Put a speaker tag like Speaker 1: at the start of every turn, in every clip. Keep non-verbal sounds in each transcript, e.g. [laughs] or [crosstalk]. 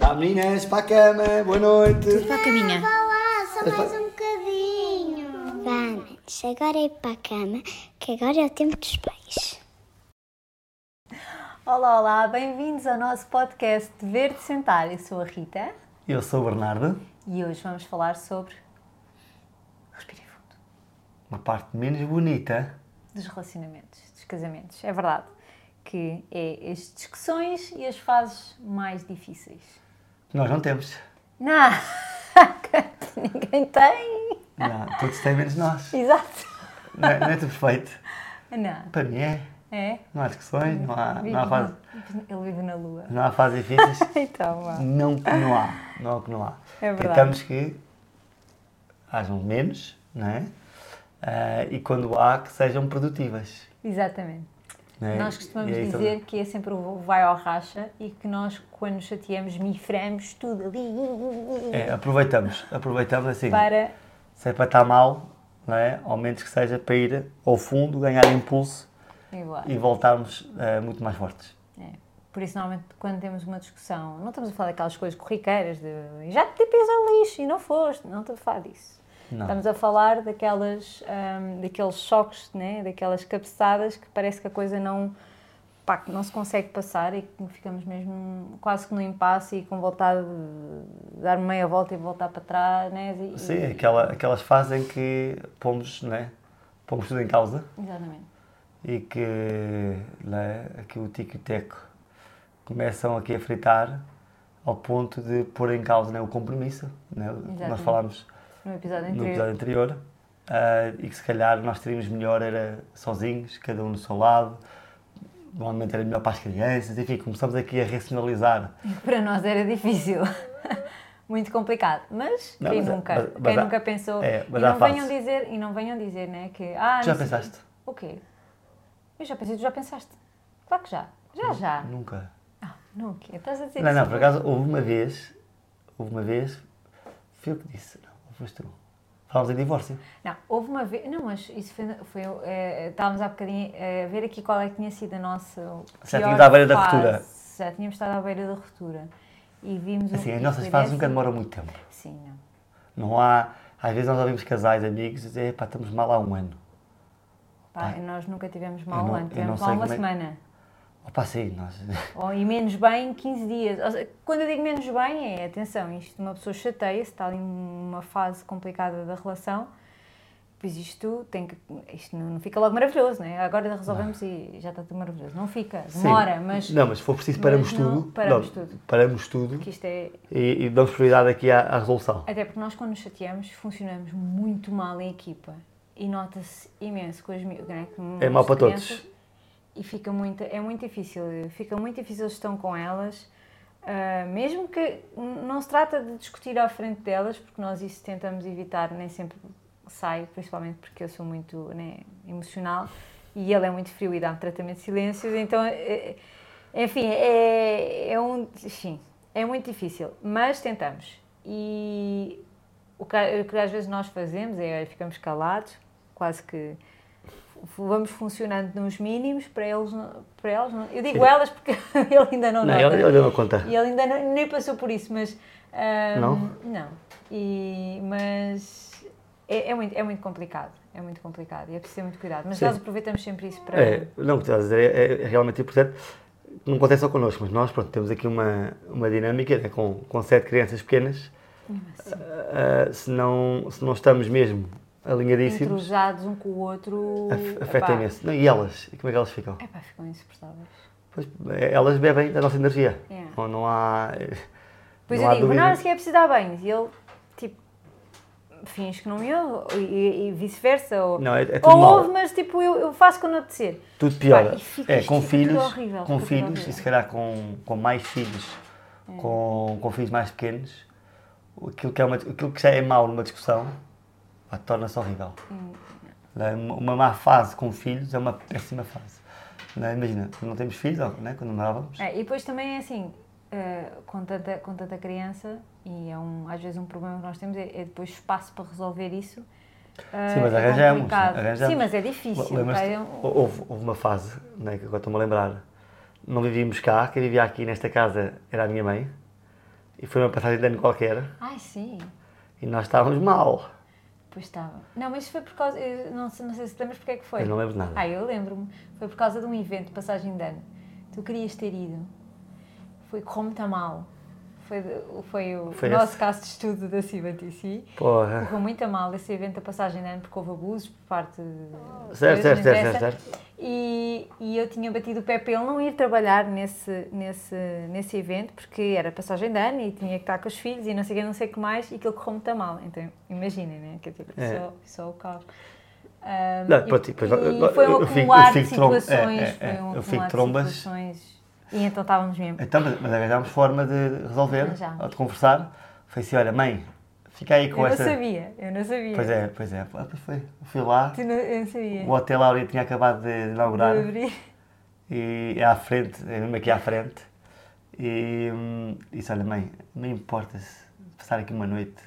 Speaker 1: Olá meninas, para a cama, boa noite.
Speaker 2: Para a caminha.
Speaker 3: Vá lá, só mais um bocadinho.
Speaker 4: Vamos, agora é para a cama, que agora é o tempo dos pais.
Speaker 5: Olá, olá, bem-vindos ao nosso podcast de Verde Sentar. Eu sou a Rita
Speaker 1: Eu sou o Bernardo,
Speaker 5: e hoje vamos falar sobre. Respira fundo.
Speaker 1: uma parte menos bonita.
Speaker 5: Dos relacionamentos, dos casamentos. É verdade que é as discussões e as fases mais difíceis.
Speaker 1: que Nós não temos.
Speaker 5: Não! [laughs] Ninguém tem!
Speaker 1: Não, todos têm menos nós.
Speaker 5: Exato!
Speaker 1: Não é, não é tudo perfeito.
Speaker 5: Não.
Speaker 1: Para mim é.
Speaker 5: É?
Speaker 1: Não há discussões, não há, não há, fase,
Speaker 5: Ele vive na lua.
Speaker 1: não há fases difíceis.
Speaker 5: Então, vá.
Speaker 1: Não que não há. Não que não há.
Speaker 5: É verdade.
Speaker 1: Tentamos que hajam menos, não é? Ah, e quando há, que sejam produtivas.
Speaker 5: Exatamente.
Speaker 1: não é?
Speaker 5: Nós costumamos
Speaker 1: E é isso.
Speaker 5: dizer que é sempre o vai ao racha e que nós, quando nos chateamos, miframos tudo ali
Speaker 1: É, aproveitamos. Aproveitamos assim.
Speaker 5: para.
Speaker 1: Se é para estar mal, não é? Ao menos que seja para ir ao fundo, ganhar impulso
Speaker 5: ir lá.
Speaker 1: e voltarmos eh, muito mais fortes.
Speaker 5: É. Por isso, normalmente, quando temos uma discussão, não estamos a falar daquelas coisas corriqueiras de já te pis ao lixo e não foste, não estamos a falar disso.
Speaker 1: Não.
Speaker 5: Estamos a falar daquelas, hum, daqueles choques, né? daquelas cabeçadas que parece que a coisa não, pá, que não se consegue passar e que ficamos mesmo quase que no impasse e com vontade de dar meia volta e voltar para trás. Né? E-
Speaker 1: Sim, é aquela, aquelas fases em que pomos, não é? pomos tudo em causa
Speaker 5: Exatamente.
Speaker 1: e que, não é? que o tico e o teco começam aqui a fritar ao ponto de pôr em causa não é? o compromisso, não é? O que nós
Speaker 5: Exatamente.
Speaker 1: falámos
Speaker 5: No episódio
Speaker 1: no
Speaker 5: anterior.
Speaker 1: episódio anterior ah, e que se calhar nós teríamos melhor era sozinhos, cada um no seu lado. Normalmente era melhor para as crianças, enfim, começamos aqui a racionalizar.
Speaker 5: [laughs] Para nós era difícil. [laughs] Muito complicado. Mas
Speaker 1: Não,
Speaker 5: quem
Speaker 1: mas- é-
Speaker 5: nunca?
Speaker 1: mas- mas
Speaker 5: quem
Speaker 1: há-
Speaker 5: nunca pensou.
Speaker 1: é, mas
Speaker 5: e,
Speaker 1: há
Speaker 5: não venham
Speaker 1: fases.
Speaker 5: dizer, e não venham dizer, né? Que. Ah,
Speaker 1: Já
Speaker 5: não sei-
Speaker 1: pensaste?
Speaker 5: O quê? Eu já pensei, tu já pensaste. Claro que já. Já, já.
Speaker 1: Nunca.
Speaker 5: Ah, nunca. Estás a dizer
Speaker 1: Não,
Speaker 5: isso?
Speaker 1: não, por acaso houve uma vez, houve uma vez, foi eu que disse, não, foste tu. Falámos em divórcio.
Speaker 5: Não, houve uma vez. Não, mas isso foi. foi eh, estávamos há bocadinho eh, a ver aqui qual é que tinha sido a nossa.
Speaker 1: Já
Speaker 5: pior
Speaker 1: tínhamos à beira da
Speaker 5: fase.
Speaker 1: ruptura.
Speaker 5: Já tínhamos estado à beira da ruptura. E vimos. um-
Speaker 1: Assim, as
Speaker 5: e
Speaker 1: nossas
Speaker 5: foi
Speaker 1: fases
Speaker 5: dessa-
Speaker 1: nunca demoram muito tempo.
Speaker 5: Sim, não.
Speaker 1: Não há. Às vezes nós ouvimos casais, amigos, dizer, pá, estamos mal há um ano.
Speaker 5: Pá, nós nunca tivemos mal
Speaker 1: Ah. Eu não- eu não
Speaker 5: ano, tivemos
Speaker 1: sei
Speaker 5: mal uma
Speaker 1: como é-
Speaker 5: semana.
Speaker 1: Opa, sim, nós. [laughs]
Speaker 5: Ou, e menos bem 15 dias. Ou seja, quando eu digo menos bem, é atenção, isto uma pessoa chateia-se, está ali numa fase complicada da relação, pois isto tem que. Isto não, não fica logo maravilhoso, não é? Agora resolvemos e já está tudo maravilhoso. Não fica, demora,
Speaker 1: Sim.
Speaker 5: mas
Speaker 1: Não, mas se for preciso, paramos
Speaker 5: mas não-
Speaker 1: tudo.
Speaker 5: paramos
Speaker 1: Não,
Speaker 5: tudo.
Speaker 1: Paramos tudo
Speaker 5: que isto é.
Speaker 1: e, e damos prioridade aqui à, à resolução.
Speaker 5: Até porque nós, quando nos chateamos, funcionamos muito mal em equipa. E nota-se imenso com as miúdas. Né? com
Speaker 1: É mau
Speaker 5: as
Speaker 1: para
Speaker 5: crianças.
Speaker 1: todos.
Speaker 5: E fica muito, é muito difícil. Fica muito difícil a gestão com elas. ah, mesmo que n- não se trata de discutir à frente delas, porque nós isso tentamos evitar, nem sempre sai, principalmente porque eu sou muito né, emocional e ele é muito frio e dá-me tratamento de silêncios, então, eh, enfim, é, é um, enfim, é muito difícil, mas tentamos. E o que, a- o que às vezes nós fazemos é ficamos calados, quase que f- vamos funcionando nos mínimos para eles, não- para elas, não- eu digo elas porque [laughs] ele ainda Então, não,
Speaker 1: Não,
Speaker 5: nota.
Speaker 1: ele, ele deu uma conta.
Speaker 5: E ele ainda não- nem passou por isso, mas. ahm,
Speaker 1: Não?
Speaker 5: Não. E, mas é, é muito, é muito complicado. É muito complicado e é preciso ter muito cuidado. Mas
Speaker 1: Sim.
Speaker 5: nós aproveitamos sempre isso para.
Speaker 1: É, não, o que estás a dizer é, é- é realmente importante. Não acontece só connosco, mas nós pronto, temos aqui uma, uma dinâmica né, com, com sete crianças pequenas. Ah, ah, se, não, se não estamos mesmo alinhadíssimos,
Speaker 5: Entrujados um com o outro.
Speaker 1: af- afeta imenso. Não, e elas? E como é que elas ficam?
Speaker 5: É pá, ficam insuportáveis.
Speaker 1: Pois, eh, elas bebem da nossa energia.
Speaker 5: É.
Speaker 1: Não, não há. eh,
Speaker 5: Pois
Speaker 1: não
Speaker 5: eu
Speaker 1: há
Speaker 5: digo,
Speaker 1: dúvida.
Speaker 5: Bernardo, se é preciso dar banhos. E ele, tipo, finge que não me ouve e, e- e vice-versa. Ou,
Speaker 1: Não, é- é tudo
Speaker 5: ou
Speaker 1: mau.
Speaker 5: ouve, mas tipo, eu, eu faço quando apetecer.
Speaker 1: Tudo piora.
Speaker 5: Pá, e fica-
Speaker 1: é,
Speaker 5: isto
Speaker 1: com
Speaker 5: fica tudo
Speaker 1: filhos,
Speaker 5: horrível,
Speaker 1: com
Speaker 5: fica tudo
Speaker 1: filhos e
Speaker 5: horrível. É.
Speaker 1: se calhar com, com mais filhos, com, com filhos mais pequenos, aquilo que, é uma, aquilo que já é mau numa discussão pá, torna-se horrível.
Speaker 5: Hum,
Speaker 1: Não é? Uma uma má fase com filhos é uma péssima fase. Não é? Imagina, quando não temos filhos, não é? quando namorávamos,
Speaker 5: É, e depois também é assim, eh, com, tanta, com tanta criança, e é um, às vezes um problema que nós temos, é, é depois espaço para resolver isso. eh,
Speaker 1: Sim, mas arranjamos, arranjamos.
Speaker 5: é Sim, mas é difícil.
Speaker 1: Lembras-te?
Speaker 5: pá, é um-
Speaker 1: Houve, houve uma fase, né, que agora estou-me a lembrar. Não vivíamos cá, quem vivia aqui nesta casa era a minha mãe. E foi uma passagem de ano qualquer.
Speaker 5: Ai, sim.
Speaker 1: E nós estávamos mal.
Speaker 5: Pois estava. Não, mas foi por causa. eu Não sei, não sei se te lembras porque é que foi.
Speaker 1: Eu não lembro de nada.
Speaker 5: Ah, eu lembro-me. Foi por causa de um evento de passagem de ano. Tu querias ter ido. Foi como mal. Foi, de- foi o
Speaker 1: Foi
Speaker 5: nosso
Speaker 1: esse.
Speaker 5: caso de estudo da CIBTC.
Speaker 1: Porra.
Speaker 5: Correu muito a mal esse evento da passagem de ano porque houve abusos por parte. de-
Speaker 1: Certo, certo,
Speaker 5: não
Speaker 1: certo,
Speaker 5: interessa.
Speaker 1: certo,
Speaker 5: E, e eu tinha batido o pé para ele não ir trabalhar nesse, nesse, nesse evento porque era passagem de ano e tinha que estar com os filhos e não sei o que, não sei o que mais e aquilo correu muito a mal. Então, imaginem, né? Que tipo,
Speaker 1: É.
Speaker 5: só, só o caos. Ahm,
Speaker 1: Não, pronto, e depois- tipo,
Speaker 5: e foi um
Speaker 1: eu fico- eu
Speaker 5: acumular de
Speaker 1: fico trom- é,
Speaker 5: situações.
Speaker 1: é, é,
Speaker 5: foi um
Speaker 1: eu fico
Speaker 5: acumular de
Speaker 1: trombas.
Speaker 5: situações. E então estávamos mesmo.
Speaker 1: Então, mas, mas arranjámos forma de resolver,
Speaker 5: Arranjámos.
Speaker 1: ou de conversar. Foi assim, olha, mãe, fica aí
Speaker 5: Eu
Speaker 1: com
Speaker 5: não
Speaker 1: essa...
Speaker 5: sabia, eu não sabia.
Speaker 1: Pois é, pois é. Ah, pois foi. Fui lá,
Speaker 5: Tu não, eu não sabia.
Speaker 1: o hotel Áurea tinha acabado de inaugurar.
Speaker 5: Eu abri.
Speaker 1: E é à frente, é mesmo aqui à frente. E hum, disse, olha mãe, não importa-se passar aqui uma noite.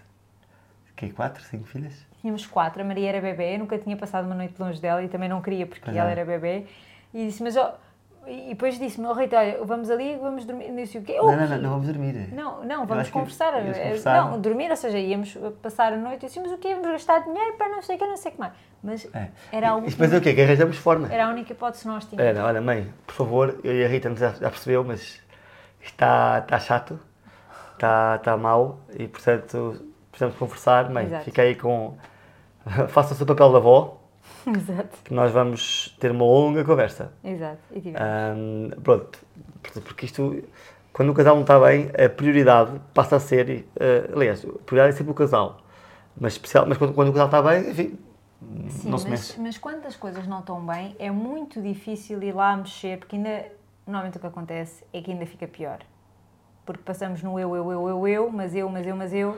Speaker 1: Fiquei quatro, cinco filhas.
Speaker 5: Tínhamos quatro, a Maria era bebê, eu nunca tinha passado uma noite longe dela e também não queria porque
Speaker 1: Pois
Speaker 5: ela
Speaker 1: é.
Speaker 5: era bebê. E disse, mas ó. E depois disse-me, oh, Rita, olha, vamos ali, vamos dormir. Eu disse o quê?
Speaker 1: Não,
Speaker 5: "O
Speaker 1: não,
Speaker 5: quê?"
Speaker 1: não, não vamos dormir.
Speaker 5: Não, não,
Speaker 1: Eu
Speaker 5: vamos
Speaker 1: acho que
Speaker 5: conversar.
Speaker 1: eles
Speaker 5: eh,
Speaker 1: conversaram.
Speaker 5: Não, dormir, ou seja, íamos passar a noite. Eu disse, mas o quê? Íamos gastar dinheiro para não sei o que, não sei o que mais. Mas
Speaker 1: É.
Speaker 5: era, a
Speaker 1: E depois
Speaker 5: única,
Speaker 1: é o quê? Que arranjamos forma.
Speaker 5: era a única hipótese que nós tínhamos.
Speaker 1: Era, olha mãe, por favor, eu e a Rita já, já percebeu, mas está, está chato, está, está mau e portanto precisamos conversar. Mãe,
Speaker 5: Exato.
Speaker 1: fica aí com... [laughs] Faça o seu papel da avó,
Speaker 5: [laughs] Exato,
Speaker 1: que nós vamos ter uma longa conversa.
Speaker 5: exato. E tivemos.
Speaker 1: Ahm, pronto, porque- porque isto, quando o casal não está bem, a prioridade passa a ser, eh, aliás, a prioridade é sempre o casal, mas, especial, mas quando, quando o casal está bem, enfim,
Speaker 5: Sim,
Speaker 1: não se
Speaker 5: mas,
Speaker 1: mexe.
Speaker 5: mas quando as coisas não estão bem, é muito difícil ir lá mexer, porque ainda, normalmente o que acontece é que ainda fica pior. Porque passamos no eu, eu, eu, eu, eu, mas eu, mas eu, mas eu,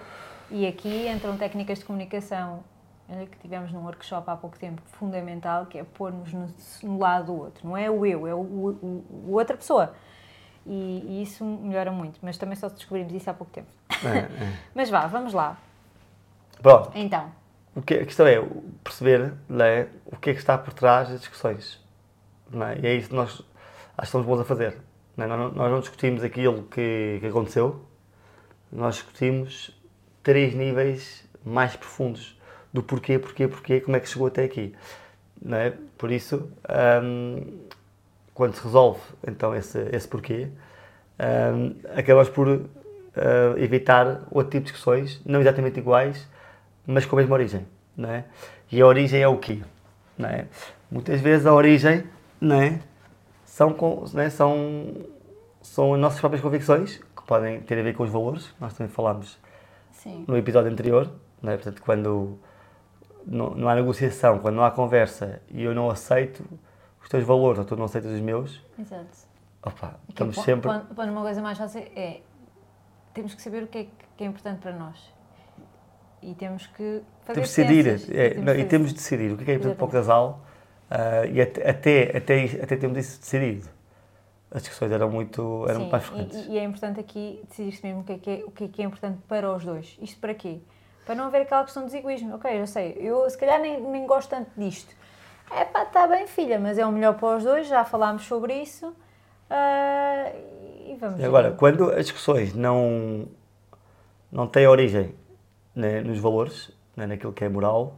Speaker 5: e aqui entram técnicas de comunicação eh, que tivemos num workshop há pouco tempo, fundamental, que é pôr-nos no, no lado do outro. Não é o eu, é o, o, o outra pessoa. E, e isso melhora muito, mas também só descobrimos isso há pouco tempo. mas vá, vamos lá.
Speaker 1: É, Pronto,
Speaker 5: Então,
Speaker 1: o que, a questão é o- perceber né, o que é que está por trás das discussões. não é? E é isso que nós acho que somos bons a fazer. não é? Nós, não- nós não discutimos aquilo que, que aconteceu, nós discutimos três níveis mais profundos do porquê, porquê, porquê, como é que chegou até aqui. não é? Por isso, hum, quando se resolve então esse, esse porquê, hum, acabamos por ah, evitar outro tipo de discussões, não exatamente iguais, mas com a mesma origem. Não é? E a origem é o quê? Não é? Muitas vezes a origem não é? São, com, não é? são, são as nossas próprias convicções, que podem ter a ver com os valores, nós também falámos
Speaker 5: sim.
Speaker 1: no episódio anterior, não é? portanto, quando não, não há negociação, quando não há conversa e eu não aceito os teus valores ou tu não aceitas os meus,
Speaker 5: Exato.
Speaker 1: opa,
Speaker 5: Aqui,
Speaker 1: estamos
Speaker 5: pô-
Speaker 1: sempre.
Speaker 5: pô- pô, uma coisa mais fácil é temos que saber o que é que- que é importante para nós e temos que fazer
Speaker 1: Temos de decidir,
Speaker 5: ciências.
Speaker 1: é, não, e
Speaker 5: fazer
Speaker 1: temos de
Speaker 5: isso.
Speaker 1: decidir o que é que é importante para o casal ah, e até, até, até, isso- até temos isso decidido. As discussões eram muito, eram
Speaker 5: Sim,
Speaker 1: muito mais frequentes.
Speaker 5: E, e é importante aqui decidir-se mesmo o que, é que é, o que é que é importante para os dois. Isto para quê? Para não haver aquela questão de egoísmo. Ok, eu sei, eu se calhar nem, nem gosto tanto disto. É pá, está bem, filha, mas é o melhor para os dois, já falámos sobre isso ah, e vamos.
Speaker 1: E agora,
Speaker 5: ver.
Speaker 1: quando as discussões não, não têm origem né, nos valores, né, naquilo que é moral,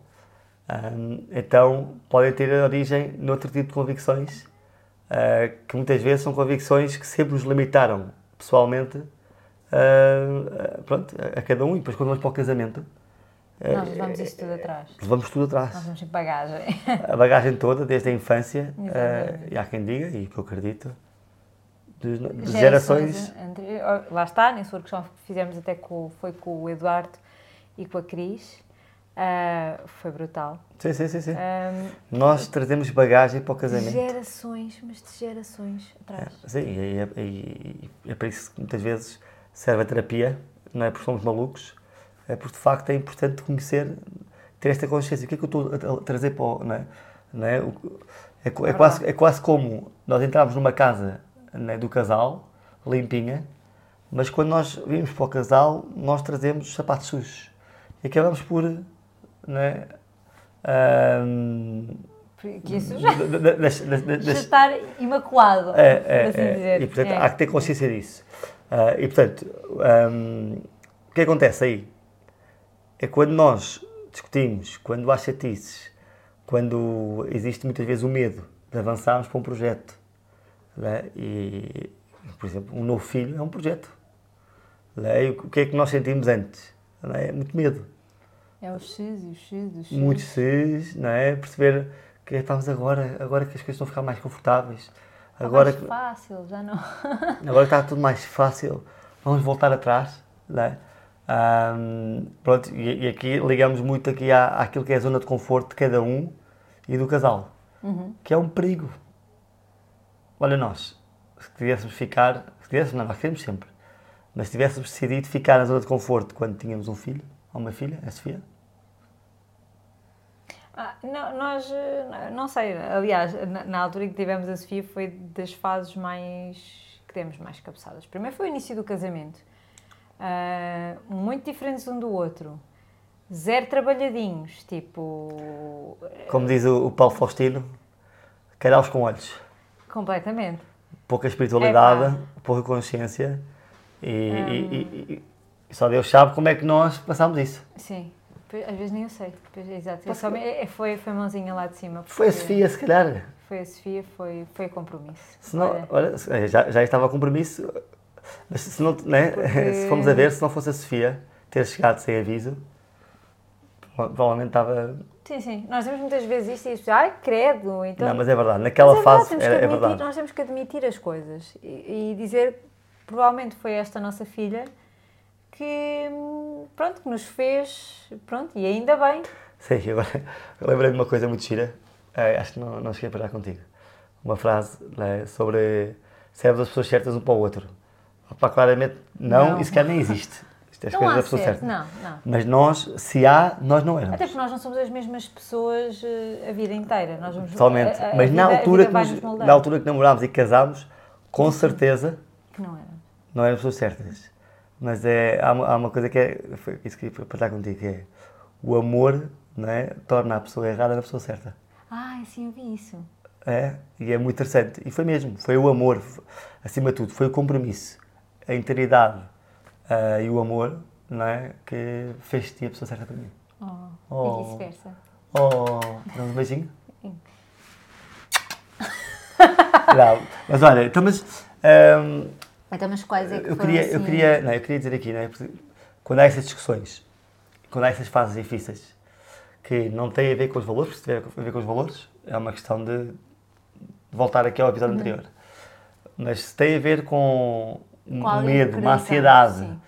Speaker 1: ahm, então podem ter origem noutro tipo de convicções, ah, que muitas vezes são convicções que sempre nos limitaram pessoalmente ah, ah, pronto, a- a cada um. E depois, quando vamos para o casamento, eh,
Speaker 5: nós levamos isso tudo atrás.
Speaker 1: levamos tudo atrás
Speaker 5: Nós vamos em bagagem.
Speaker 1: a bagagem toda, desde a infância,
Speaker 5: Exatamente.
Speaker 1: eh, e há quem diga, e que eu acredito, de, de
Speaker 5: gerações
Speaker 1: gerações.
Speaker 5: anteriores. Lá está, nesse workshop que fizemos até com, foi com o Eduardo e com a Cris. Ah, foi brutal.
Speaker 1: Sim, sim, sim. sim.
Speaker 5: Ahm,
Speaker 1: Nós trazemos bagagem para o
Speaker 5: de
Speaker 1: casamento. É.
Speaker 5: gerações, mas de gerações atrás.
Speaker 1: Sim, e, e- e- e é para isso que muitas vezes serve a terapia, não é porque somos malucos, é porque de facto é importante conhecer, ter esta consciência. O que é que eu estou a- a trazer para o. Não é? Não é? O que- é, co- é quase, é quase como nós entrarmos numa casa não é, do casal, limpinha, mas quando nós vimos para o casal, nós trazemos sapatos sujos. E acabamos por. Não é? Ahm,
Speaker 5: Porque isso já
Speaker 1: de- de- de- de- de- de-
Speaker 5: [laughs] já estar imaculado,
Speaker 1: é, é,
Speaker 5: por assim
Speaker 1: Hum, é.
Speaker 5: dizer.
Speaker 1: E portanto
Speaker 5: É.
Speaker 1: há que ter consciência disso. Ah, e portanto, ahm, o que acontece aí? É quando nós discutimos, quando há chatices, quando existe muitas vezes o medo de avançarmos para um projeto. né? E, por exemplo, um novo filho é um projeto. né? E o que é que nós sentimos antes? né? Muito medo
Speaker 5: É o X e o X e o X.
Speaker 1: muitos se's, não é? Perceber que "Epá, mas agora, agora que as coisas estão a ficar mais confortáveis, agora,
Speaker 5: Mais
Speaker 1: que-
Speaker 5: fácil, já não. [laughs]
Speaker 1: agora que está tudo mais fácil, vamos voltar atrás, não é? Ahm, pronto, e, e aqui ligamos muito aqui à, àquilo que é a zona de conforto de cada um e do casal, que é um perigo. Olha nós, se quiséssemos ficar, se quiséssemos, não, nós queremos sempre, mas se tivéssemos decidido ficar na zona de conforto quando tínhamos um filho, ou uma filha, a Sofia,
Speaker 5: Ah, não, nós, eh, n- não sei, aliás, na, na altura em que tivemos a Sofia foi das fases mais. que demos mais cabeçadas. Primeiro foi o início do casamento, Ah, muito diferentes um do outro, zero trabalhadinhos, tipo.
Speaker 1: Como diz o, o Paulo Faustino, caralhos com olhos.
Speaker 5: completamente.
Speaker 1: Pouca espiritualidade,
Speaker 5: Epá. É.
Speaker 1: pouca consciência. E, e- e- e- e só Deus sabe como é que nós passámos isso.
Speaker 5: Sim, Pois, às vezes nem eu sei, Pois, exato. Eu só me- eh, foi, foi a mãozinha lá de cima.
Speaker 1: Foi a
Speaker 5: porque-
Speaker 1: Sofia, se calhar.
Speaker 5: Foi a Sofia, foi, foi compromisso.
Speaker 1: Se não,
Speaker 5: Olha,
Speaker 1: olha, se- eh, já, já estava a compromisso. Mas se, não, né? [laughs]
Speaker 5: Porque-
Speaker 1: se fomos a ver, se não fosse a Sofia ter chegado sem aviso, prova- provavelmente estava.
Speaker 5: Sim, sim, nós vemos muitas vezes isto e isto, ai, credo, então.
Speaker 1: não, mas é verdade. Naquela
Speaker 5: Mas é
Speaker 1: fase
Speaker 5: verdade, temos
Speaker 1: era,
Speaker 5: que
Speaker 1: é
Speaker 5: admitir-
Speaker 1: verdade.
Speaker 5: Nós temos que admitir as coisas e, e dizer, provavelmente foi esta nossa filha que, hum, pronto, que nos fez, pronto, e ainda bem.
Speaker 1: Sei que agora eu lembrei de uma coisa muito gira, eh, acho que não, não cheguei a parar contigo. Uma frase né, sobre serve as pessoas certas um para o outro. Opa, claramente não,
Speaker 5: Não.
Speaker 1: isso cá nem existe. Isto é as
Speaker 5: Não
Speaker 1: coisas
Speaker 5: há
Speaker 1: da pessoa
Speaker 5: certo,
Speaker 1: certa.
Speaker 5: não, não.
Speaker 1: Mas nós, se há, nós não éramos.
Speaker 5: Até porque nós não somos as mesmas pessoas eh, a vida inteira. Nós vamos,
Speaker 1: Totalmente.
Speaker 5: a- eh, a- a
Speaker 1: Mas na,
Speaker 5: vida- a
Speaker 1: altura que
Speaker 5: vida vai
Speaker 1: nos-
Speaker 5: nos moldando. Uhum.
Speaker 1: na altura que namorámos e casámos, com certeza
Speaker 5: Que não é. era.
Speaker 1: não eram pessoas certas. Mas é, há, uma, há uma coisa que é. Foi isso que eu ia partilhar contigo, que é o amor não é, torna a pessoa errada na pessoa certa.
Speaker 5: Ai, Ah, sim, eu vi isso.
Speaker 1: É, e é muito interessante. E foi mesmo, foi o amor, f- acima de tudo, foi o compromisso, a integridade ah, e o amor, não é? Que fez de ti a pessoa certa para mim.
Speaker 5: Oh,
Speaker 1: Oh.
Speaker 5: E vice-versa.
Speaker 1: Oh, dá-nos um beijinho? Não, mas olha, então, mas. ehm, ahm,
Speaker 5: Então, mas quais é que
Speaker 1: eu
Speaker 5: foram,
Speaker 1: queria, eu
Speaker 5: assim,
Speaker 1: queria, não, eu queria dizer aqui, não é? Porque Quando há essas discussões, quando há essas fases difíceis, que não têm a ver com os valores, porque se tiver a ver com os valores, é uma questão de voltar aqui ao
Speaker 5: Uhum.
Speaker 1: episódio anterior. Mas se tem a ver com um
Speaker 5: Com alguém
Speaker 1: medo, uma
Speaker 5: acreditar,
Speaker 1: ansiedade,
Speaker 5: sim.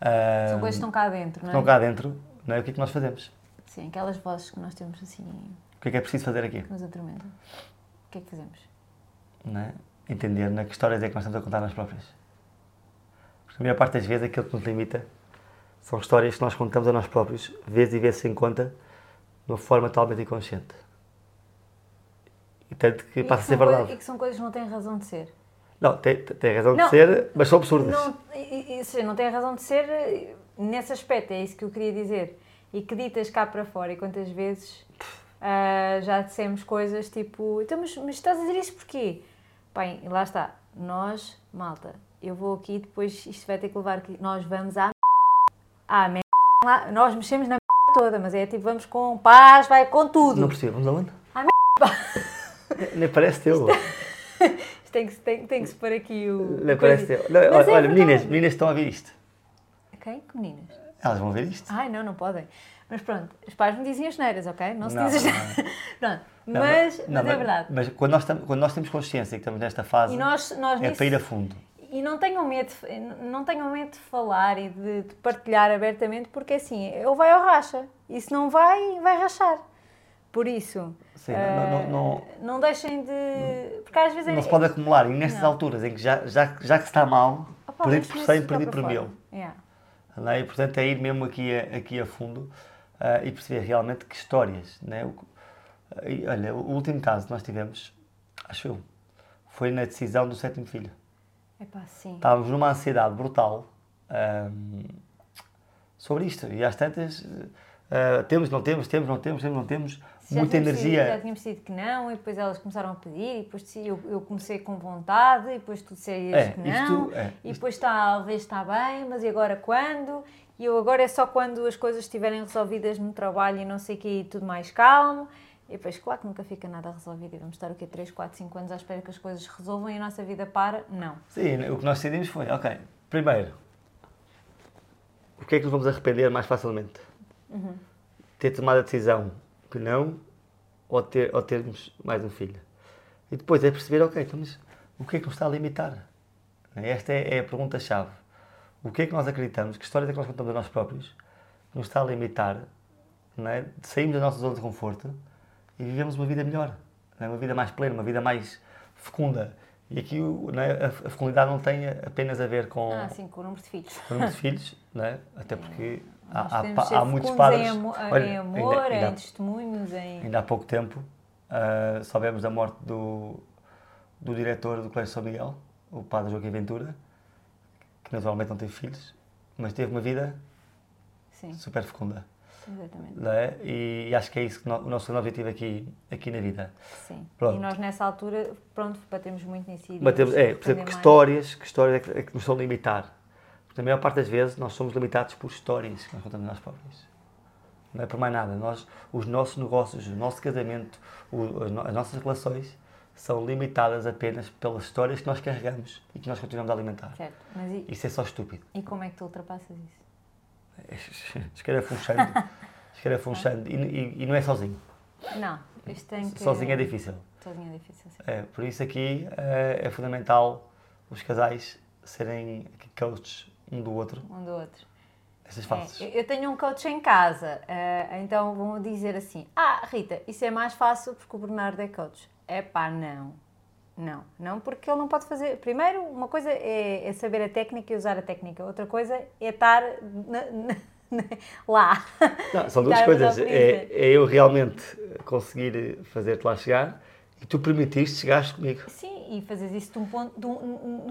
Speaker 1: ah,
Speaker 5: São coisas que estão cá dentro, não é?
Speaker 1: estão cá dentro, não é? O que é que nós fazemos?
Speaker 5: Sim, aquelas vozes que nós temos assim,
Speaker 1: O que é que é preciso fazer aqui?
Speaker 5: que nos atormentam. O que é que fazemos?
Speaker 1: não é? entender na que histórias é que nós estamos a contar nós próprias. Porque a maior parte das vezes aquilo que nos limita são histórias que nós contamos a nós próprios, vezes e vezes sem conta, de uma forma totalmente inconsciente. E tanto que passa a
Speaker 5: que
Speaker 1: ser
Speaker 5: são coisas-
Speaker 1: verdade.
Speaker 5: e que são coisas que não têm razão de ser.
Speaker 1: Não, tem, tem razão de
Speaker 5: Não.
Speaker 1: ser, mas são absurdas.
Speaker 5: Não, e- e- ou seja, não têm razão de ser eh, nesse aspecto, é isso que eu queria dizer. E que ditas cá para fora, e quantas vezes ah, já dissemos coisas tipo: então, mas, mas estás a dizer isso porquê? Bem, lá está, nós, malta, eu vou aqui, depois isto vai ter que levar aqui. Nós vamos à. m****. À merda. lá. Nós mexemos na m****, toda, mas é tipo: vamos com paz, vai com tudo.
Speaker 1: Não percebo, vamos aonde?
Speaker 5: Ah,
Speaker 1: [laughs] Nem parece teu.
Speaker 5: Isto Tem que, se- tem, tem que se pôr aqui o.
Speaker 1: Nem
Speaker 5: o
Speaker 1: parece
Speaker 5: coisa.
Speaker 1: teu. Não,
Speaker 5: é Mas
Speaker 1: olha,
Speaker 5: é
Speaker 1: olha, meninas,
Speaker 5: verdade.
Speaker 1: meninas estão a ver isto.
Speaker 5: Quem? Que meninas?
Speaker 1: Elas vão ver isto.
Speaker 5: Ai, não, não podem. Mas pronto, os pais me dizem as neiras, ok? Não se
Speaker 1: Não,
Speaker 5: diz as
Speaker 1: não, é.
Speaker 5: neiras. [laughs] Pronto,
Speaker 1: Não,
Speaker 5: mas,
Speaker 1: não,
Speaker 5: mas é verdade.
Speaker 1: Mas quando nós, tam- quando nós temos consciência que estamos nesta fase,
Speaker 5: E nós, nós
Speaker 1: é
Speaker 5: nisso-
Speaker 1: para ir a fundo.
Speaker 5: E não tenham medo, de- não tenham medo de falar e de, de partilhar abertamente, porque assim, ou vai ou racha. E se não vai, vai rachar. Por isso,
Speaker 1: Sim,
Speaker 5: eh,
Speaker 1: não- não- não-
Speaker 5: não deixem de. Porque às vezes é-
Speaker 1: não se pode acumular. E nestas alturas em que já, já, já que se está mal,
Speaker 5: Ah, pá,
Speaker 1: perdido
Speaker 5: deixem
Speaker 1: por
Speaker 5: isso
Speaker 1: 100,
Speaker 5: cá
Speaker 1: perdido
Speaker 5: para
Speaker 1: por
Speaker 5: fora.
Speaker 1: mil.
Speaker 5: Yeah.
Speaker 1: Não é? E portanto é ir mesmo aqui a, aqui a fundo ah, e perceber realmente que histórias. Não é? O que- e, olha, o último caso que nós tivemos, acho eu, foi na decisão do sétimo filho.
Speaker 5: Epá, sim.
Speaker 1: Estávamos numa ehm, ansiedade brutal ahm, sobre isto. E às tantas, ah, temos, não temos, temos, não temos, temos, não temos,
Speaker 5: Já
Speaker 1: muita
Speaker 5: tínhamos decidido- já
Speaker 1: energia.
Speaker 5: tínhamos decidido que não, e depois elas começaram a pedir, e depois decidi- eu, eu comecei com vontade, e depois tu disseste
Speaker 1: É,
Speaker 5: que
Speaker 1: isto-
Speaker 5: não,
Speaker 1: é,
Speaker 5: e depois talvez está bem, mas e agora quando? E eu agora é só quando as coisas estiverem resolvidas no trabalho e não sei o que, e tudo mais calmo. E depois, claro que nunca fica nada resolvido, e vamos estar o quê? 3, 4, 5 anos à espera que as coisas se resolvam e a nossa vida para? Não.
Speaker 1: Sim, o que nós decidimos foi, ok, primeiro, o que é que nos vamos arrepender mais facilmente?
Speaker 5: Uhum.
Speaker 1: Ter tomado a decisão que não ou, ter, ou termos mais um filho? E depois é perceber, ok, então, mas o que é que nos está a limitar? Esta é, é a pergunta-chave. O que é que nós acreditamos, que histórias é que nós contamos a nós próprios, que nos está a limitar, não é? de sairmos da nossa zona de conforto e vivemos uma vida melhor, não é? uma vida mais plena, uma vida mais fecunda. E aqui o- não é? a, a fecundidade não tem apenas a ver com
Speaker 5: Ah, sim, com o número de filhos.
Speaker 1: o número de filhos, não é? até porque
Speaker 5: Nós
Speaker 1: há, há,
Speaker 5: podemos
Speaker 1: pa-
Speaker 5: ser
Speaker 1: há muitos
Speaker 5: fecundos
Speaker 1: padres.
Speaker 5: Em, amo-
Speaker 1: Olha,
Speaker 5: em
Speaker 1: ainda-
Speaker 5: amor,
Speaker 1: ainda-
Speaker 5: em testemunhos, em...
Speaker 1: Ainda há pouco tempo ah, soubemos da morte do, do diretor do Colégio São Miguel, o padre Joaquim Ventura, que naturalmente não teve filhos, mas teve uma vida
Speaker 5: Sim,
Speaker 1: super fecunda.
Speaker 5: exatamente.
Speaker 1: Não é? E acho que é isso que no- o nosso grande objetivo aqui, aqui na vida.
Speaker 5: Sim.
Speaker 1: Pronto.
Speaker 5: E nós nessa altura, pronto, batemos muito nesse ideal.
Speaker 1: Mas temos, é, por exemplo, que histórias, que histórias é que, é que nos são limitar? Porque a maior parte das vezes nós somos limitados por histórias que nós contamos a nós próprios. Não é por mais nada. Nós, os nossos negócios, o nosso casamento, o- as, no- as nossas relações são limitadas apenas pelas histórias que nós carregamos e que nós continuamos a alimentar.
Speaker 5: Certo, mas e,
Speaker 1: Isso é só estúpido. [laughs]
Speaker 5: e como é que tu ultrapassas isso?
Speaker 1: Escarafunchando. Escarafunchando. E, e, e não é sozinho.
Speaker 5: Não, isto tem que...
Speaker 1: Sozinho é difícil.
Speaker 5: Sozinho é difícil, sim.
Speaker 1: É, por isso aqui eh, é, fundamental os casais serem aqui coaches um do outro.
Speaker 5: Um do outro.
Speaker 1: Essas
Speaker 5: É,
Speaker 1: faces.
Speaker 5: eu- eu tenho um coach em casa, eh, então vão dizer assim, ah, Rita, isso é mais fácil porque o Bernardo é coach. É pá, não. Não, não, porque ele não pode fazer. Primeiro, uma coisa é, é saber a técnica e usar a técnica, outra coisa é estar na- na- [laughs] na- lá.
Speaker 1: Não,
Speaker 5: [laughs]
Speaker 1: são duas
Speaker 5: Dar uma
Speaker 1: coisas. É,
Speaker 5: brisa.
Speaker 1: é eu realmente conseguir fazer-te lá chegar e tu permitiste chegares comigo.
Speaker 5: Sim, e fazes isso de, um ponto, de, um-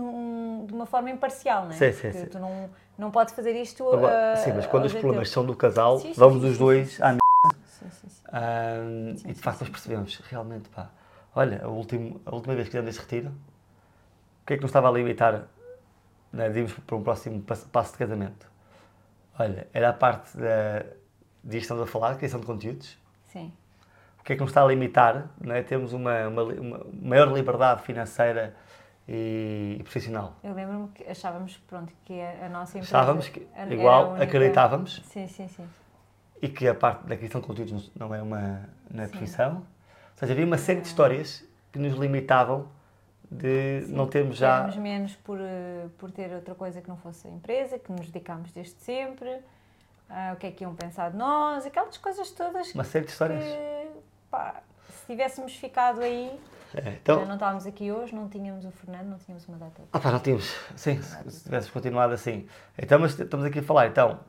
Speaker 5: num- de uma forma imparcial, não é?
Speaker 1: Sim, sim,
Speaker 5: Porque
Speaker 1: sim.
Speaker 5: Tu não, não podes fazer isto.
Speaker 1: Agora,
Speaker 5: ah,
Speaker 1: sim, mas quando
Speaker 5: ao
Speaker 1: os
Speaker 5: jeito
Speaker 1: problemas
Speaker 5: teu.
Speaker 1: são do casal,
Speaker 5: Sim, sim,
Speaker 1: vamos
Speaker 5: sim,
Speaker 1: os
Speaker 5: sim,
Speaker 1: dois à merda.
Speaker 5: Sim, sim, sim.
Speaker 1: Ahm,
Speaker 5: Sim,
Speaker 1: e de
Speaker 5: sim,
Speaker 1: facto
Speaker 5: sim,
Speaker 1: nós percebemos, realmente, pá, olha, a, último, a última vez que fizemos esse retiro, o que é que nos estava a limitar? Né, de irmos para um próximo passo, passo de casamento. Olha, era a parte da, de estamos a falar, criação de conteúdos,
Speaker 5: Sim,
Speaker 1: o que é que nos está a limitar, né? temos uma, uma li- uma maior liberdade financeira e, e profissional.
Speaker 5: eu lembro-me que achávamos pronto, que a, a nossa empresa.
Speaker 1: Estávamos que,
Speaker 5: era a
Speaker 1: igual,
Speaker 5: única-
Speaker 1: acreditávamos,
Speaker 5: Sim, sim, sim.
Speaker 1: e que a parte da criação de conteúdos não não é uma não é profissão. Ou seja, havia uma série
Speaker 5: Ah.
Speaker 1: de histórias que nos limitavam de não termos já...
Speaker 5: Éramos menos por, eh, por ter outra coisa que não fosse a empresa, que nos dedicámos desde sempre, ah, o que é que iam pensar de nós, aquelas coisas todas
Speaker 1: Uma série de histórias.
Speaker 5: que. Pá, se tivéssemos ficado aí,
Speaker 1: É,
Speaker 5: não
Speaker 1: então,
Speaker 5: estávamos aqui hoje, não tínhamos o Fernando, não tínhamos uma data.
Speaker 1: ah pá, não tínhamos. Sim, se se tivéssemos continuado assim. Então, mas estamos aqui a falar, então,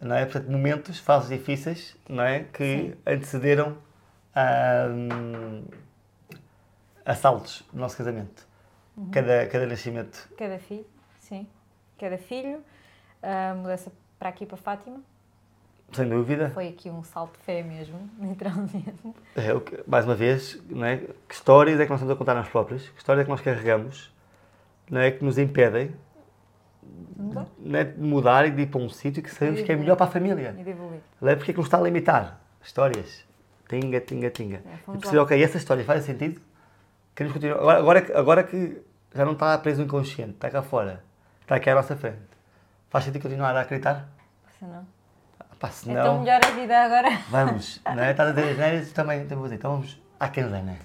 Speaker 1: não é? Portanto, momentos, fases difíceis, não é? Que antecederam ahm, assaltos do nosso casamento. Cada, cada nascimento.
Speaker 5: Cada filho, sim. Cada filho. A mudança para aqui, para Fátima,
Speaker 1: Sem dúvida.
Speaker 5: foi aqui um salto de fé mesmo, [laughs] literalmente.
Speaker 1: É, o que- mais uma vez, não é? que histórias é que nós estamos a contar nós próprios? Que histórias é que nós carregamos? Não é que nos impedem
Speaker 5: Mudar.
Speaker 1: não é, de mudar e de ir para um sítio que sabemos que é melhor para a família?
Speaker 5: E de evoluir.
Speaker 1: Não é porque é que nos está a limitar? Histórias. Tinga, tinga, tinga.
Speaker 5: É,
Speaker 1: e
Speaker 5: fomos
Speaker 1: perceber,
Speaker 5: lá.
Speaker 1: ok, essa história faz sentido? Queremos continuar. Agora, agora, que- agora que já não está preso no inconsciente, está cá fora, está aqui à nossa frente, faz sentido continuar a acreditar?
Speaker 5: Senão.
Speaker 1: Pá,
Speaker 5: É
Speaker 1: senão.
Speaker 5: tão melhor a vida agora.
Speaker 1: Vamos, não é? Estás a dizer as neiras, também temos a dizer. Então vamos à quinzena.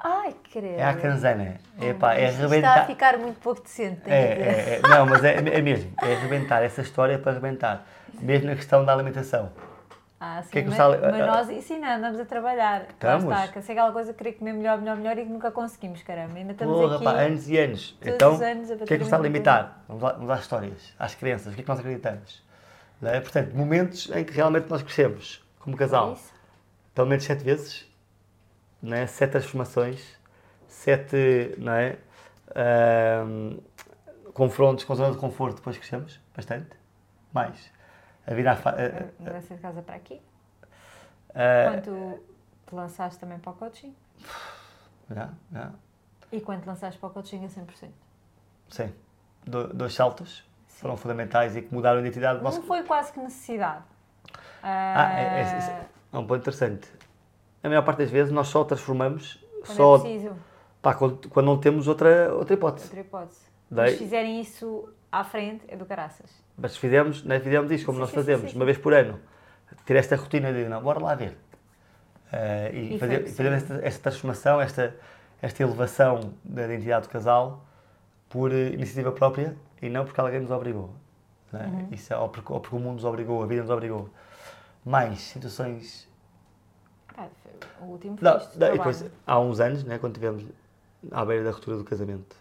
Speaker 5: Ai, credo.
Speaker 1: É a canzana. É pá, é
Speaker 5: Isto Está a
Speaker 1: arrebentar.
Speaker 5: ficar muito pouco decente, tenho
Speaker 1: É,
Speaker 5: que dizer.
Speaker 1: é, é. não, mas é, é mesmo. É arrebentar. Essa história é para arrebentar. Mesmo na questão da alimentação.
Speaker 5: Ah, sim,
Speaker 1: que é que
Speaker 5: mas,
Speaker 1: nos está a-
Speaker 5: mas nós ensinando, andamos a trabalhar.
Speaker 1: Estamos.
Speaker 5: Lá está, que se é aquela coisa de querer comer melhor, melhor, melhor e que nunca conseguimos, caramba. Ainda estamos
Speaker 1: Porra,
Speaker 5: aqui. É
Speaker 1: pá, é um anos e anos.
Speaker 5: todos
Speaker 1: então,
Speaker 5: os anos a um
Speaker 1: o que é que
Speaker 5: bater
Speaker 1: nos está a
Speaker 5: muito
Speaker 1: limitar? Vamos, lá, vamos às histórias, às crenças, o que é que nós acreditamos. Não é? Portanto, momentos em que realmente nós crescemos, como
Speaker 5: É
Speaker 1: casal.
Speaker 5: isso?
Speaker 1: Pelo menos sete vezes, não é? sete transformações, sete não é? Ahm, confrontos com zona de conforto, depois crescemos bastante. Mais. a virar. fa- a-
Speaker 5: Mudança de casa para aqui.
Speaker 1: a- a-
Speaker 5: Quando te lançaste também para o coaching.
Speaker 1: já, já,
Speaker 5: E quando te lançaste para o coaching a 100%.
Speaker 1: sim. Do- dois saltos foram fundamentais e que mudaram a identidade do nosso
Speaker 5: Não foi quase que necessidade.
Speaker 1: Ah, é, é-
Speaker 5: Ah,
Speaker 1: é- é um ponto interessante. A maior parte das vezes nós só transformamos
Speaker 5: quando
Speaker 1: só
Speaker 5: é preciso.
Speaker 1: pá, quando, quando não temos outra, outra hipótese.
Speaker 5: Outra hipótese.
Speaker 1: Daí-
Speaker 5: Mas se fizerem isso à frente, é do caraças.
Speaker 1: Mas fizemos, né, fizemos isso, como
Speaker 5: Sim,
Speaker 1: nós
Speaker 5: sim,
Speaker 1: fazemos,
Speaker 5: sim, sim.
Speaker 1: uma vez por ano. Ter esta rotina de não, bora lá ver. Eh, e
Speaker 5: E foi
Speaker 1: fazer,
Speaker 5: possível.
Speaker 1: fazer esta, esta transformação, esta, esta elevação da identidade do casal por eh, iniciativa própria e não porque alguém nos obrigou. né?
Speaker 5: Uhum.
Speaker 1: Isso é, ou, porque, ou porque o mundo nos obrigou, a vida nos obrigou. Mais situações
Speaker 5: Pá, Ah, foi o último
Speaker 1: Não,
Speaker 5: fiz de
Speaker 1: não, e
Speaker 5: trabalho.
Speaker 1: depois, há uns anos, né, quando tivemos à beira da ruptura do casamento,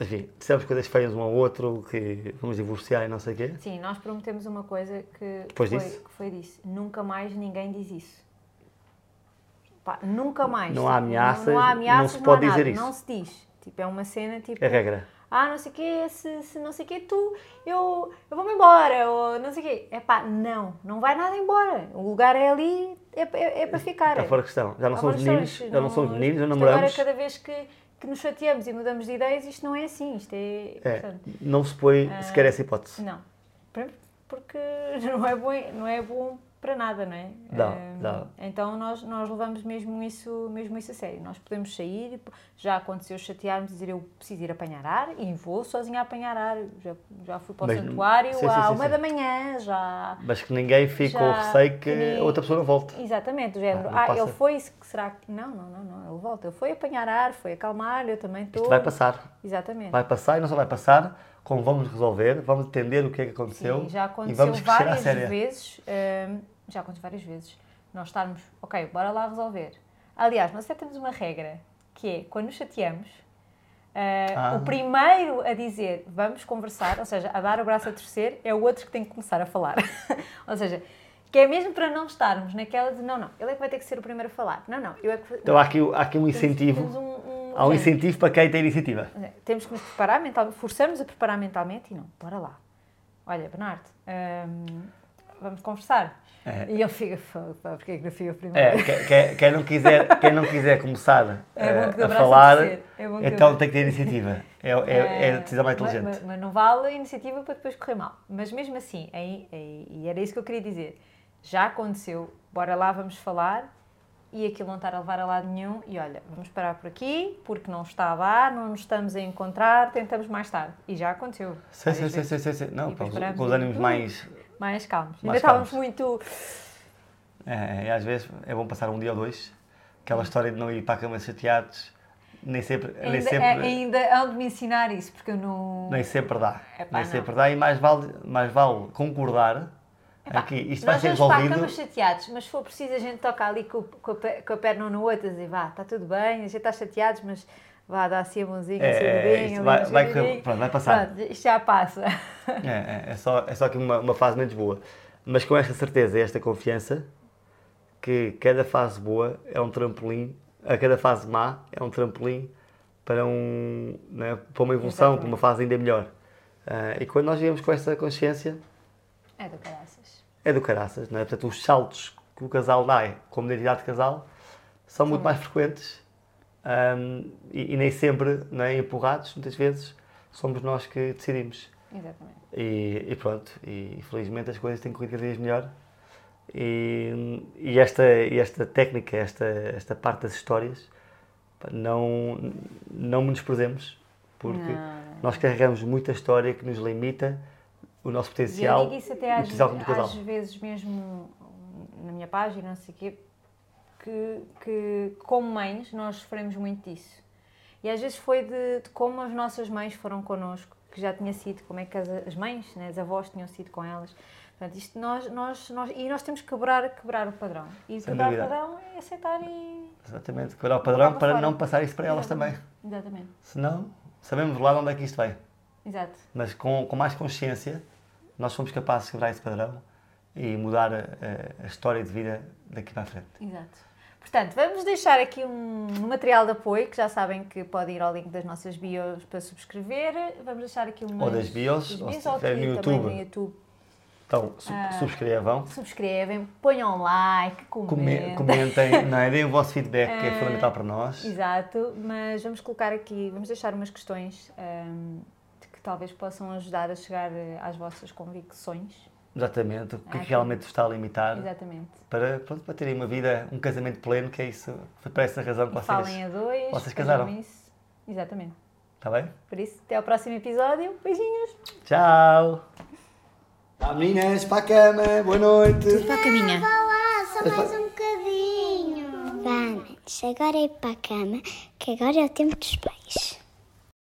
Speaker 1: enfim, dissemos coisas feias um ao outro, que vamos divorciar e não sei o quê.
Speaker 5: Sim, nós prometemos uma coisa que,
Speaker 1: Depois
Speaker 5: foi,
Speaker 1: disso?
Speaker 5: que foi disso. Nunca mais ninguém diz isso. Pá, nunca mais. tipo,
Speaker 1: Não há ameaças,
Speaker 5: não, há
Speaker 1: não
Speaker 5: ameaças,
Speaker 1: se pode
Speaker 5: há nada,
Speaker 1: dizer isso.
Speaker 5: Não se diz. Tipo, é uma cena tipo.
Speaker 1: É regra.
Speaker 5: Ah, não sei o quê, se, se não sei o quê, tu, eu, eu vou-me embora, ou não sei o quê. É pá, não, não vai nada embora. O lugar é ali, é, é, é para ficar.
Speaker 1: Está fora de questão. Já não
Speaker 5: Há
Speaker 1: somos
Speaker 5: várias
Speaker 1: meninos,
Speaker 5: histórias,
Speaker 1: já não somos meninos, já
Speaker 5: isto
Speaker 1: namoramos.
Speaker 5: Agora, é cada vez que, que nos chateamos e mudamos de ideias, isto não é assim. Isto é.
Speaker 1: É,
Speaker 5: portanto,
Speaker 1: não se põe sequer essa hipótese.
Speaker 5: Ah, não. Por- Porque [laughs] não é bom, não é bom para nada, não é?
Speaker 1: Dá,
Speaker 5: Hum,
Speaker 1: dá.
Speaker 5: Então nós, nós levamos mesmo isso, mesmo isso a sério. Nós podemos sair, já aconteceu chatearmos e dizer eu preciso ir apanhar ar e vou sozinha a apanhar ar. Já, já fui para o
Speaker 1: Mas não-
Speaker 5: santuário
Speaker 1: sim, sim,
Speaker 5: à
Speaker 1: sim,
Speaker 5: uma
Speaker 1: sim.
Speaker 5: da manhã, já.
Speaker 1: Mas que ninguém fique com o
Speaker 5: Já-
Speaker 1: receio que
Speaker 5: que-
Speaker 1: a outra pessoa não volte.
Speaker 5: Exatamente, do género.
Speaker 1: Ah, não
Speaker 5: Ah,
Speaker 1: passa.
Speaker 5: ele foi, se- que será que. Não, não, não, não, ele volta. Ele foi apanhar ar, foi acalmar, eu também estou.
Speaker 1: Isto vai passar.
Speaker 5: Exatamente.
Speaker 1: Vai passar e não só vai passar, como vamos resolver, vamos entender o que é que aconteceu
Speaker 5: Sim, já
Speaker 1: e
Speaker 5: aconteceu
Speaker 1: vamos crescer à
Speaker 5: várias
Speaker 1: séria.
Speaker 5: vezes. hum, já aconteceu várias vezes. Nós estarmos, ok, bora lá resolver. Aliás, nós até temos uma regra, que é quando nos chateamos, uh,
Speaker 1: Ah.
Speaker 5: o primeiro a dizer vamos conversar, ou seja, a dar o braço a torcer, é o outro que tem que começar a falar. [laughs] ou seja, que é mesmo para não estarmos naquela de não, não, ele é que vai ter que ser o primeiro a falar. Não, não, eu é que.
Speaker 1: Então há aqui, há aqui um
Speaker 5: Temos
Speaker 1: incentivo.
Speaker 5: um- um-
Speaker 1: Há um
Speaker 5: género.
Speaker 1: incentivo para quem tem iniciativa.
Speaker 5: Quer dizer, Eh, Temos que nos preparar mentalmente, forçamos a preparar mentalmente e não, bora lá. Olha, Bernardo, hum, vamos conversar.
Speaker 1: É.
Speaker 5: E ele fica, "Fogo, pá, porque é que não fui eu primeiro?
Speaker 1: É, que- que- quem, não quiser, quem não quiser começar
Speaker 5: É
Speaker 1: eh,
Speaker 5: bom que dê
Speaker 1: a
Speaker 5: o braço a
Speaker 1: falar,
Speaker 5: torcer. É bom que dê o
Speaker 1: então
Speaker 5: braço.
Speaker 1: tem que ter iniciativa. É, é, é a decisão mais
Speaker 5: Mas-
Speaker 1: inteligente.
Speaker 5: Mas, Eh, mas não vale a iniciativa para depois correr mal. Mas mesmo assim, aí- aí- e era isso que eu queria dizer, já aconteceu, bora lá, vamos falar, e aquilo não estar a levar a lado nenhum, e olha, vamos parar por aqui, porque não está a dar, não nos estamos a encontrar, tentamos mais tarde. E já aconteceu.
Speaker 1: Sim,
Speaker 5: várias
Speaker 1: sim, sim,
Speaker 5: vezes.
Speaker 1: sim, sim, sim. Não,
Speaker 5: E um
Speaker 1: pá,
Speaker 5: depois
Speaker 1: os-
Speaker 5: paramos
Speaker 1: com os
Speaker 5: e-
Speaker 1: ânimos mais.
Speaker 5: Mais calmos. Ainda
Speaker 1: Mais
Speaker 5: estávamos
Speaker 1: calmos.
Speaker 5: muito.
Speaker 1: É, e às vezes é bom passar um dia ou dois. Aquela história de não ir para a cama chateados, nem sempre, nem
Speaker 5: Hum. Ainda,
Speaker 1: sempre,
Speaker 5: é, ainda hão de me ensinar isso, porque eu não.
Speaker 1: nem sempre dá.
Speaker 5: Epá,
Speaker 1: nem
Speaker 5: não.
Speaker 1: sempre dá. E mais vale, mais vale concordar
Speaker 5: Epá,
Speaker 1: aqui. Isto vai
Speaker 5: Nós
Speaker 1: ser
Speaker 5: vamos para a
Speaker 1: resolvido.
Speaker 5: cama chateados, mas se for preciso, a gente toca ali com, com a, pe- com a perna um no outro e dizer, vá, está tudo bem, a gente está chateados, mas vá, dá assim a mãozinha,
Speaker 1: É,
Speaker 5: assim
Speaker 1: é,
Speaker 5: o
Speaker 1: é,
Speaker 5: dedinho,
Speaker 1: isto
Speaker 5: ali
Speaker 1: vai-
Speaker 5: um
Speaker 1: vai correr-
Speaker 5: chapadinho.
Speaker 1: pronto, vai passar.
Speaker 5: Pronto, isto já passa. [laughs]
Speaker 1: É, é, é só, é só aqui uma, uma fase menos boa. Mas com esta certeza e esta confiança, que cada fase boa é um trampolim, a cada fase má é um trampolim para, um, né, para uma evolução, para uma fase ainda melhor. Ah, e quando nós viemos com essa consciência,
Speaker 5: É do caraças.
Speaker 1: é do caraças, não é? Portanto, os saltos que o casal dá, é como identidade de casal, são muito mais frequentes ahm, e, e nem sempre não é, empurrados, muitas vezes somos nós que decidimos.
Speaker 5: Exatamente.
Speaker 1: E, e pronto, e felizmente as coisas têm corrido cada vez melhor. E, e esta, e esta técnica, esta, esta parte das histórias, pá, não, não nos desprezemos, porque
Speaker 5: Não.
Speaker 1: nós carregamos muita história que nos limita o nosso
Speaker 5: E eu
Speaker 1: potencial,
Speaker 5: digo isso
Speaker 1: e
Speaker 5: até
Speaker 1: o
Speaker 5: às,
Speaker 1: potencial como casal.
Speaker 5: às vezes mesmo na minha página, não sei o quê, que, que como mães nós sofremos muito disso. E às vezes foi de, de como as nossas mães foram connosco, que já tinha sido, como é que as, as mães, né, as avós tinham sido com elas. Portanto, isto nós, nós, nós, e nós temos que quebrar, quebrar o padrão. E
Speaker 1: Sem
Speaker 5: quebrar
Speaker 1: dúvida.
Speaker 5: o padrão é aceitar e.
Speaker 1: Exatamente, quebrar o padrão
Speaker 5: Lá
Speaker 1: para
Speaker 5: fora.
Speaker 1: não passar isso para elas também.
Speaker 5: Exatamente.
Speaker 1: Senão, sabemos lá de onde é que isto vai.
Speaker 5: Exato.
Speaker 1: Mas com, com mais consciência, nós somos capazes de quebrar esse padrão e mudar a, a- a história de vida daqui para a frente.
Speaker 5: Exato. Portanto, vamos deixar aqui um material de apoio, que já sabem que podem ir ao link das nossas bios para subscrever. Vamos deixar aqui umas...
Speaker 1: Ou das bios,
Speaker 5: das
Speaker 1: ou se
Speaker 5: ou
Speaker 1: tiver
Speaker 5: aqui
Speaker 1: no
Speaker 5: também
Speaker 1: YouTube.
Speaker 5: no YouTube.
Speaker 1: Então, su-
Speaker 5: Ah.
Speaker 1: subscrevam,
Speaker 5: Subscrevem, ponham like, comentem.
Speaker 1: come- comentem, não é? deem o vosso feedback, que é fundamental para nós.
Speaker 5: [laughs] Exato, mas vamos colocar aqui, vamos deixar umas questões ahm, de que talvez possam ajudar a chegar eh, às vossas convicções.
Speaker 1: Exatamente, o que é
Speaker 5: Ah,
Speaker 1: que realmente vos está a limitar
Speaker 5: Exatamente.
Speaker 1: para, pronto, para terem uma vida, um casamento pleno, que é isso, foi para essa razão que
Speaker 5: Falem
Speaker 1: vocês.
Speaker 5: a dois.
Speaker 1: vocês
Speaker 5: vejam
Speaker 1: casaram?
Speaker 5: Isso. Exatamente.
Speaker 1: Está Tá bem?
Speaker 5: Por isso, até ao próximo episódio. Beijinhos!
Speaker 1: Tchau!
Speaker 2: Vá meninas, para a cama, boa noite.
Speaker 6: Para a caminha.
Speaker 3: Vá lá, só mais um bocadinho.
Speaker 4: Vá, manos, agora é para a cama, que agora é o tempo dos pais.